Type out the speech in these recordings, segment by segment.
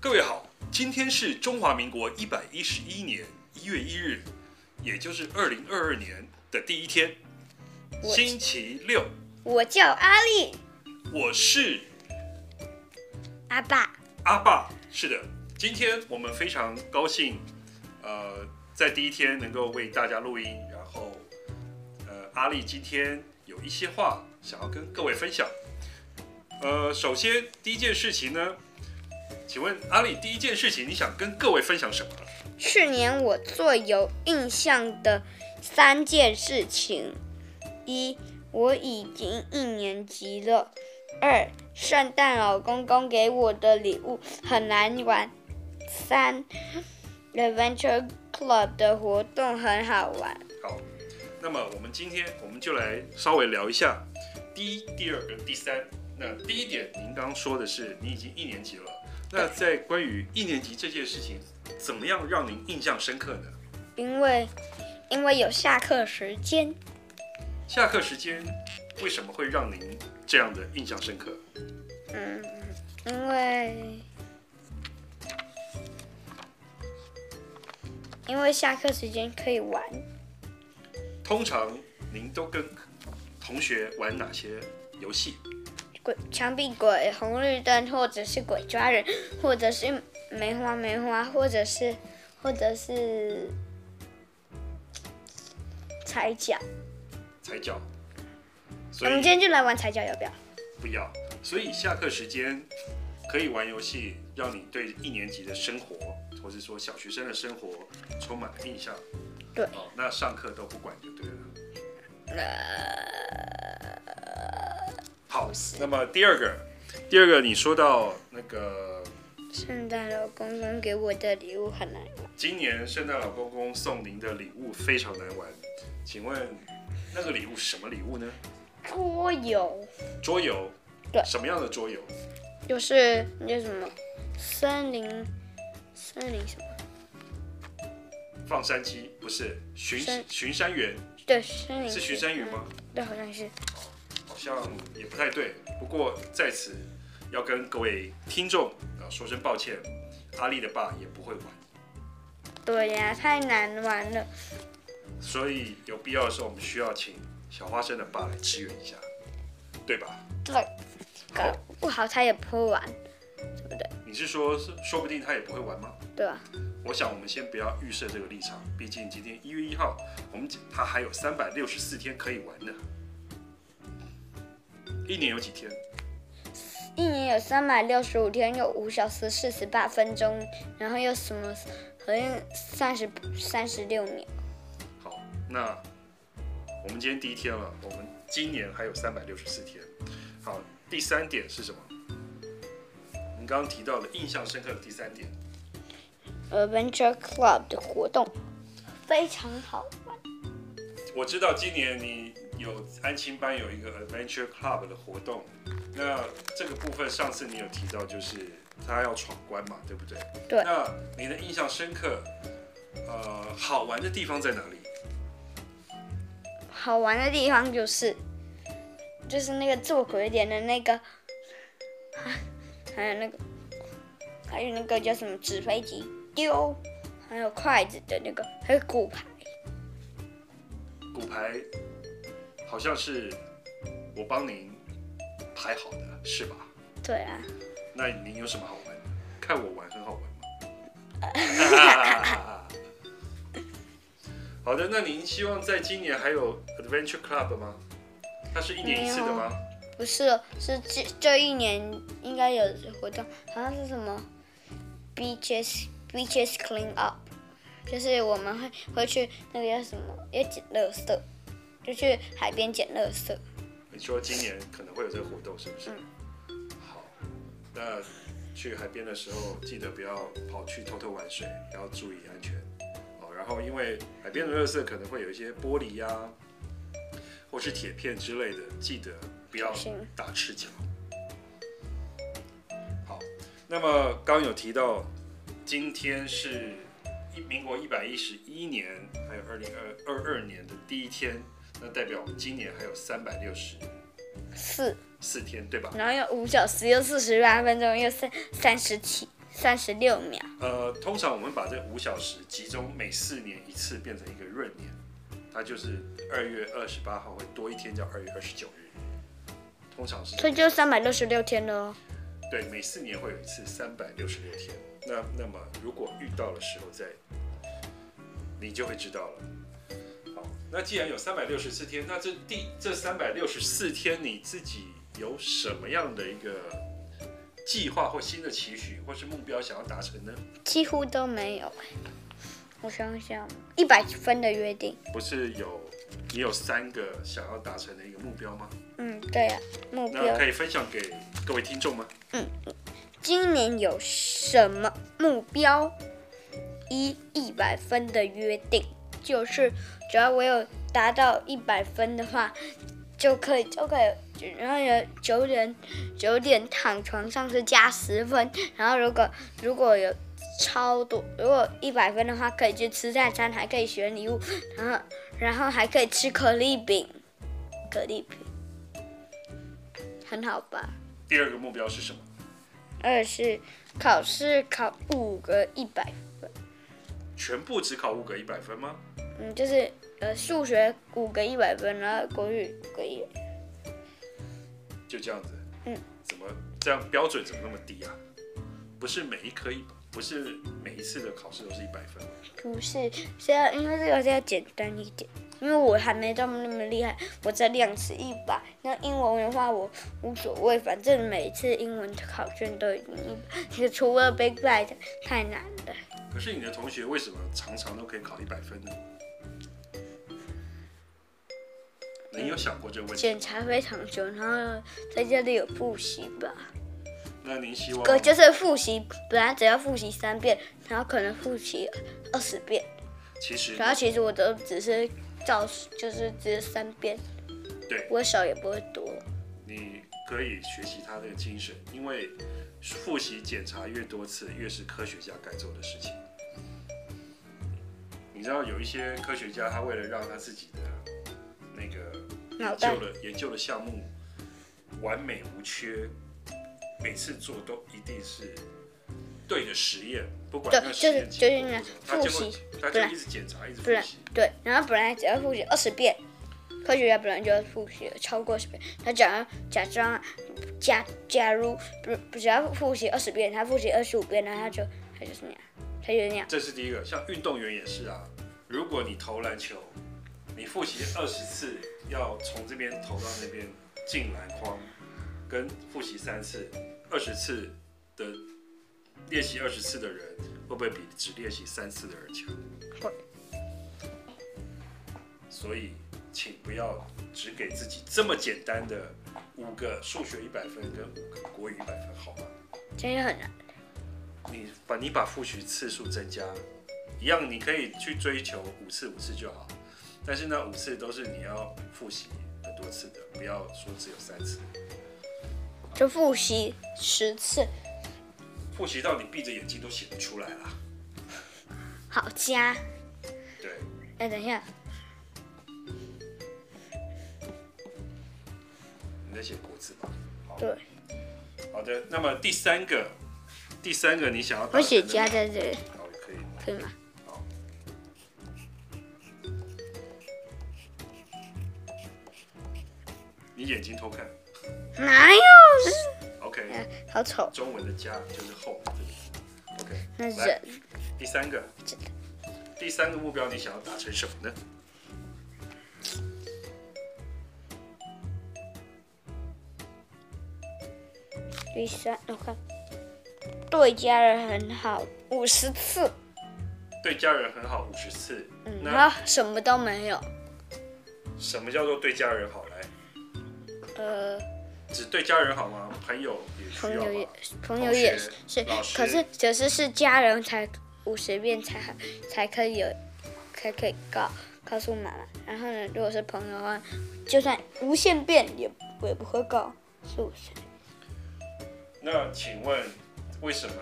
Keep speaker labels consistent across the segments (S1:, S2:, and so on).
S1: 各位好，今天是中华民国一百一十一年一月一日，也就是二零二二年的第一天，
S2: 我
S1: 星期六。
S2: 我叫阿力，
S1: 我是
S2: 阿爸，
S1: 阿爸，是的，今天我们非常高兴，呃，在第一天能够为大家录音，然后，呃，阿丽今天有一些话想要跟各位分享。呃，首先第一件事情呢，请问阿丽，第一件事情你想跟各位分享什么呢？
S2: 去年我最有印象的三件事情：一，我已经一年级了；二，圣诞老公公给我的礼物很难玩；三，Adventure Club 的活动很好玩。
S1: 好，那么我们今天我们就来稍微聊一下第一、第二跟第三。那第一点，您刚刚说的是你已经一年级了，那在关于一年级这件事情，怎么样让您印象深刻呢？
S2: 因为因为有下课时间，
S1: 下课时间为什么会让您这样的印象深刻？
S2: 嗯，因为因为下课时间可以玩，
S1: 通常您都跟同学玩哪些游戏？
S2: 鬼墙壁鬼、红绿灯，或者是鬼抓人，或者是梅花梅花，或者是或者是踩脚。
S1: 踩脚？
S2: 我
S1: 所
S2: 们
S1: 以
S2: 今天就来玩踩脚，要不要？
S1: 不要。所以下课时间可以玩游戏，让你对一年级的生活，或是说小学生的生活充满了印象。
S2: 对
S1: 哦，那上课都不管就对了。好，那么第二个，第二个你说到那个
S2: 圣诞老公公给我的礼物很难玩，
S1: 今年圣诞老公公送您的礼物非常难玩，请问那个礼物什么礼物呢？
S2: 桌游。
S1: 桌游？
S2: 对
S1: 什么样的桌游？
S2: 就是那叫什么森林，森林什么？
S1: 放山鸡不是巡
S2: 山
S1: 巡山员
S2: 对，森林
S1: 是巡山员吗？
S2: 对，好像是。
S1: 好像也不太对。不过在此要跟各位听众啊说声抱歉，阿丽的爸也不会玩，
S2: 对呀、太难玩了。
S1: 所以有必要的时候我们需要请小花生的爸来支援一下，对吧？
S2: 这个不好，他也不会玩，对不对？
S1: 你是说，是说不定他也不会玩吗？
S2: 对吧、
S1: 我想我们先不要预设这个立场，毕竟今天一月一号，我们他还有三百六十四天可以玩呢。一年有几天？
S2: 一年有三百六十五天，有五小时四十八分钟，然后又什么，好像三十三十六秒。
S1: 好，那我们今天第一天了，我们今年还有三百六十四天。好，第三点是什么？您刚刚提到的印象深刻的第三点，
S2: Adventure Club 的活动非常好玩，
S1: 我知道今年你有安亲班有一个 Adventure Club 的活动，那这个部分上次你有提到，就是他要闯关嘛，对不对？
S2: 对
S1: 那你的印象深刻，呃，好玩的地方在哪里？
S2: 好玩的地方就是，就是那个做鬼脸的那个，还有那个，还有那个叫什么纸飞机丢，还有筷子的那个，还有骨牌。
S1: 骨牌好像是我帮您排好的，是吧？
S2: 对啊，
S1: 那您有什么好玩的？看我玩很好玩吗？ 好的，那您希望在今年还有 Adventure Club 吗？它是一年一次的吗？
S2: 不是，哦是这这一年应该有活动，好像是什么 beaches beaches clean up，就是我们会会去那个叫什么，要捡垃圾，就去海边捡垃圾。
S1: 你说今年可能会有这个活动，是不是？
S2: 嗯
S1: 好，那去海边的时候记得不要跑去偷偷玩水，要注意安全哦。然后因为海边的垃圾可能会有一些玻璃呀、或是铁片之类的，记得不要
S2: 小心
S1: 打赤脚。好，那么刚有提到，今天是一民国一百一十一年，还有二零二二二年的第一天，那代表我们今年还有三百六十
S2: 四，
S1: 四天，对吧？
S2: 然后又五小时，又四十八分钟，又三三十七三十六秒。
S1: 呃，通常我们把这五小时集中每四年一次变成一个闰年，它就是二月二十八号会多一天叫二月二十九日，通常是这
S2: 所以
S1: 样
S2: 就三百六十六天了哦。
S1: 对每四年会有一次三百六十六天。那那么如果遇到的时候再，你就会知道了。好，那既然有三百六十四天，那这第这三百六十四天你自己有什么样的一个计划或新的期许或是目标想要达成呢？
S2: 几乎都没有哎。我想想，一百分的约定，
S1: 不是有你有三个想要达成的一个目标吗？
S2: 嗯，对呀、目
S1: 那
S2: 标
S1: 可。以分享给各位听众吗？
S2: 今年有什么目标？一一百分的约定，就是只要我有达到一百分的话，就可以就可以，然后有九点九点躺床上是加十分，然后如果如果有超多，如果一百分的话，可以去吃大餐，还可以选礼物，然后然后还可以吃可丽饼，可丽饼很好吧？
S1: 第二个目标是什么？
S2: 二是考试考五个一百分，
S1: 全部只考五个一百分吗？
S2: 嗯，就是呃数学五个一百分，然后国语五个一，
S1: 就这样子？
S2: 嗯，
S1: 怎么这样标准怎么那么低啊？不是每一科一，不是每一次的考试都是一百分吗。
S2: 不是，是要因为这个是要简单一点，因为我还没到那么厉害，我才两次一百。那英文的话我无所谓，反正每次英文考卷都已经一百， 就除了 Big Bang 太难了。
S1: 可是你的同学为什么常常都可以考一百分呢？你有想过这个问题？
S2: 检查非常久，然后在这里有复习吧。
S1: 那您希望
S2: 哥就是复习，本来只要复习三遍，然后可能复习二十遍，
S1: 其实
S2: 然后其实我都只是照，就是只是三遍，
S1: 对
S2: 不会少也不会多。
S1: 你可以学习他的精神，因为复习检查越多次，越是科学家该做的事情。你知道有一些科学家，他为了让他自己的那个
S2: 脑
S1: 研
S2: 袋
S1: 究的研究的项目完美无缺，每次做都一定是对的实验，不管
S2: 对
S1: 那个实
S2: 就是
S1: 验结
S2: 就是
S1: 果
S2: 那
S1: 是什么他就
S2: 复
S1: 会
S2: 习
S1: 他
S2: 不
S1: 就
S2: 然
S1: 一直检查，一直
S2: 不
S1: 复
S2: 然
S1: 习。
S2: 对，然后本来只要复习二十遍，科学家本来就要复习超过十遍，他假如假装假假如不不只要复习二十遍，他复习二十五遍，然后他就他就是那样，他就是那样。
S1: 这是第一个，像运动员也是啊。如果你投篮球，你复习二十次，要从这边投到那边进篮筐，跟复习三次、二十次的练习二十次的人，会不会比只练习三次的人强？
S2: 会。
S1: 所以，请不要只给自己这么简单的五个数学一百分跟五个国语一百分，好吗？
S2: 真的很难。
S1: 你把你把复习次数增加，一样你可以去追求五次五次就好，但是那五次都是你要复习很多次的，不要说只有三次，
S2: 就复习十次，
S1: 复习到你闭着眼睛都写不出来啦。
S2: 好加。
S1: 对，
S2: 哎，等一下，
S1: 你在写国字吧。好
S2: 对，
S1: 好的，那么第三个，第三个你想要达成
S2: 我写
S1: 的
S2: 加在这里，
S1: 好，可以。
S2: 可以吗？
S1: 好。你眼睛偷看
S2: 哪有？ 哎
S1: ，OK。
S2: 好丑，
S1: 中文的家就是后这里。OK，
S2: 那
S1: 来
S2: 人
S1: 第三个
S2: 这，
S1: 第三个目标你想要达成什么呢？
S2: 第三，我看啊对家人很好，五十次，
S1: 对家人很好五十次，
S2: 嗯，
S1: 那
S2: 然后什么都没有，
S1: 什么叫做对家人好？来，
S2: 呃，
S1: 只对家人好吗？朋友也
S2: 朋
S1: 需要
S2: 友也
S1: 吗？
S2: 朋友也
S1: 同学
S2: 是
S1: 老，师
S2: 可是可是是家人才五十遍才好才可以有，才可以告告诉妈妈。然后呢，如果是朋友的话，就算无限遍也我也不会告诉谁。
S1: 那请问为什么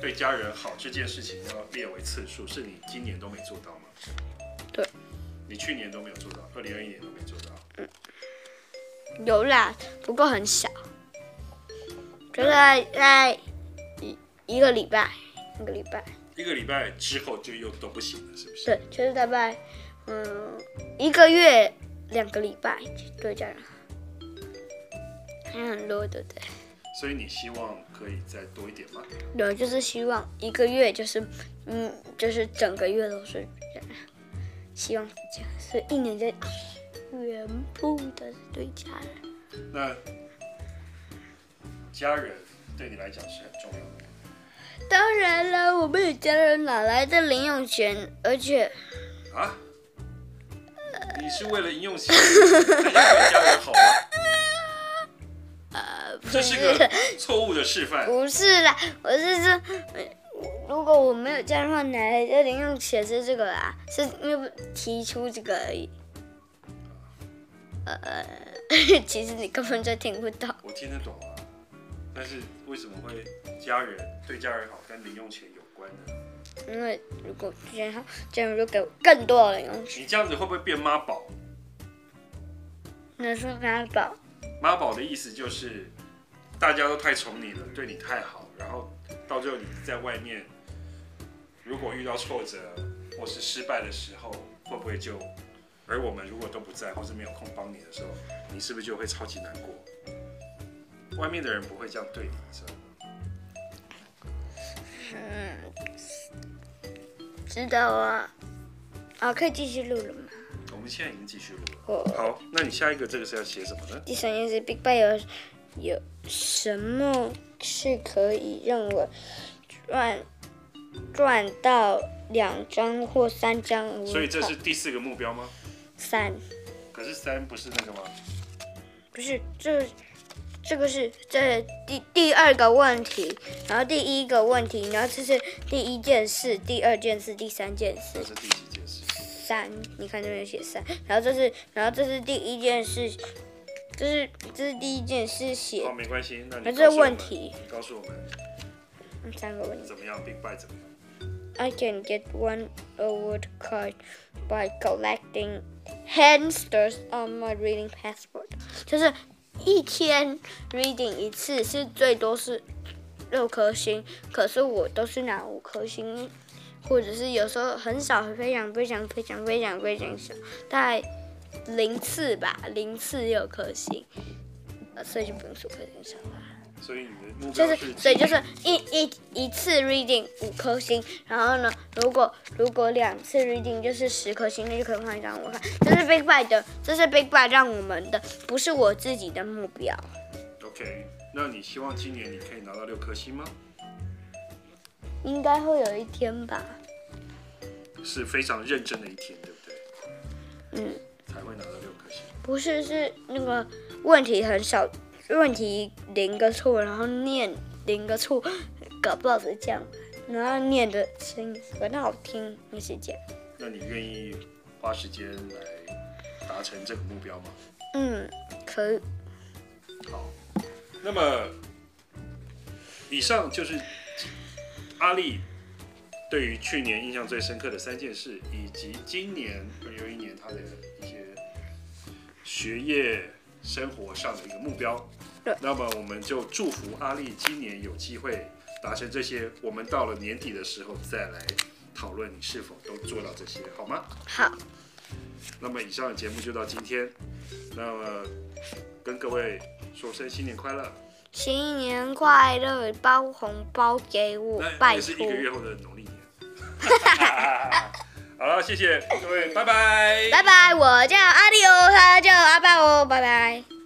S1: 对家人好这件事情要列为次数？是你今年都没做到吗？
S2: 对，
S1: 你去年都没有做到，二零二一年都没做到。
S2: 有啦，不过很少，就在在一一个礼拜，一个礼拜，
S1: 一个礼拜之后就又都不行了，是不是？
S2: 对，就是大概嗯一个月两个礼拜，对这样，还很多，对不对？
S1: 所以你希望可以再多一点吗？
S2: 有就是希望一个月就是嗯就是整个月都是这样，希望是这样，所以一年就全部都是对家人。
S1: 那家人对你来讲是很重要的。
S2: 当然了，我们有家人哪来的零用钱？而且
S1: 啊？你是为了用心，人家为家人好吗？这是个错误的示范。
S2: 不是啦，我是说，呃如果我没有家人的话，哪来的零用钱是这个啊？是因为提出这个而已。呃， 其实你根本就听不懂。
S1: 我听得懂啊，但是为什么会家人对家人好跟零用钱有关呢？
S2: 因为如果这样，这样就给我更多的零用钱。
S1: 你这样子会不会变妈宝？
S2: 那是妈宝，
S1: 妈宝的意思就是大家都太宠你了，对你太好，然后到最后你在外面如果遇到挫折或是失败的时候，会不会就？而我们如果都不在，或是没有空帮你的时候，你是不是就会超级难过？外面的人不会这样对你，你知道吗？
S2: 嗯，知道啊。啊，可以继续录了吗？
S1: 我们现在已经继续录了。
S2: 我。
S1: 好，那你下一个这个是要写什么呢？
S2: 第三件事，Big Bang 有有什么是可以让我赚赚到两张或三张五
S1: 所以这是第四个目标吗？
S2: 三，
S1: 可是三不是那个吗？
S2: 不是这这个是这第第二个问题，然后第一个问题，然后这是第一件事，第二件事，第三件事
S1: 这。是第几件事？
S2: 三，你看这边有写三，然后这是然后这是第一件事，这是这是第一件事写
S1: 哦，没关系，那你
S2: 那
S1: 告
S2: 这
S1: 诉我
S2: 问
S1: 们
S2: 题
S1: 你告诉我们
S2: 嗯三个问题。
S1: 怎么样，Big Bye 怎么样？
S2: I can get one award card by collecting hamsters on my reading passport，就是一天 reading 一次是最多是六颗星，可是我都是拿五颗星，或者是有时候很少，非常非常非常非常非常少，大概零次吧，零次六颗星，呃所以就不用说非常少了。
S1: 所以你的目
S2: 就
S1: 标
S2: 是
S1: 是，
S2: 所以就是一一一次 reading 五颗星，然后呢，如果如果两次 reading 就是十颗星，那就可以换一张我看。这是 Big Bang 的，这是 Big Bang 让我们的，不是我自己的目标。
S1: OK。那你希望今年你可以拿到六颗星吗？
S2: 应该会有一天吧，
S1: 是非常认真的一天，对不对？
S2: 嗯，
S1: 才会拿到六颗星。
S2: 不是是那个问题很少，问题零个错，然后念零个错，搞不好是这样，然后念的声音很好听，也是这样。
S1: 那你愿意花时间来达成这个目标吗？
S2: 嗯，可以。
S1: 好，那么以上就是阿丽对于去年印象最深刻的三件事，以及今年二零二一年她的一些学业生活上的一个目标
S2: 对。
S1: 那么我们就祝福阿丽今年有机会达成这些，我们到了年底的时候再来讨论你是否都做到这些，好吗？
S2: 好，
S1: 那么以上的节目就到今天，那么跟各位说声新年快乐。
S2: 新年快乐，包红包给我，
S1: 那
S2: 拜
S1: 也是一
S2: 托
S1: 个，月后的农历年。 好了，谢谢各位，拜拜。
S2: 拜拜，我叫阿利哦，他叫阿爸哦，拜拜。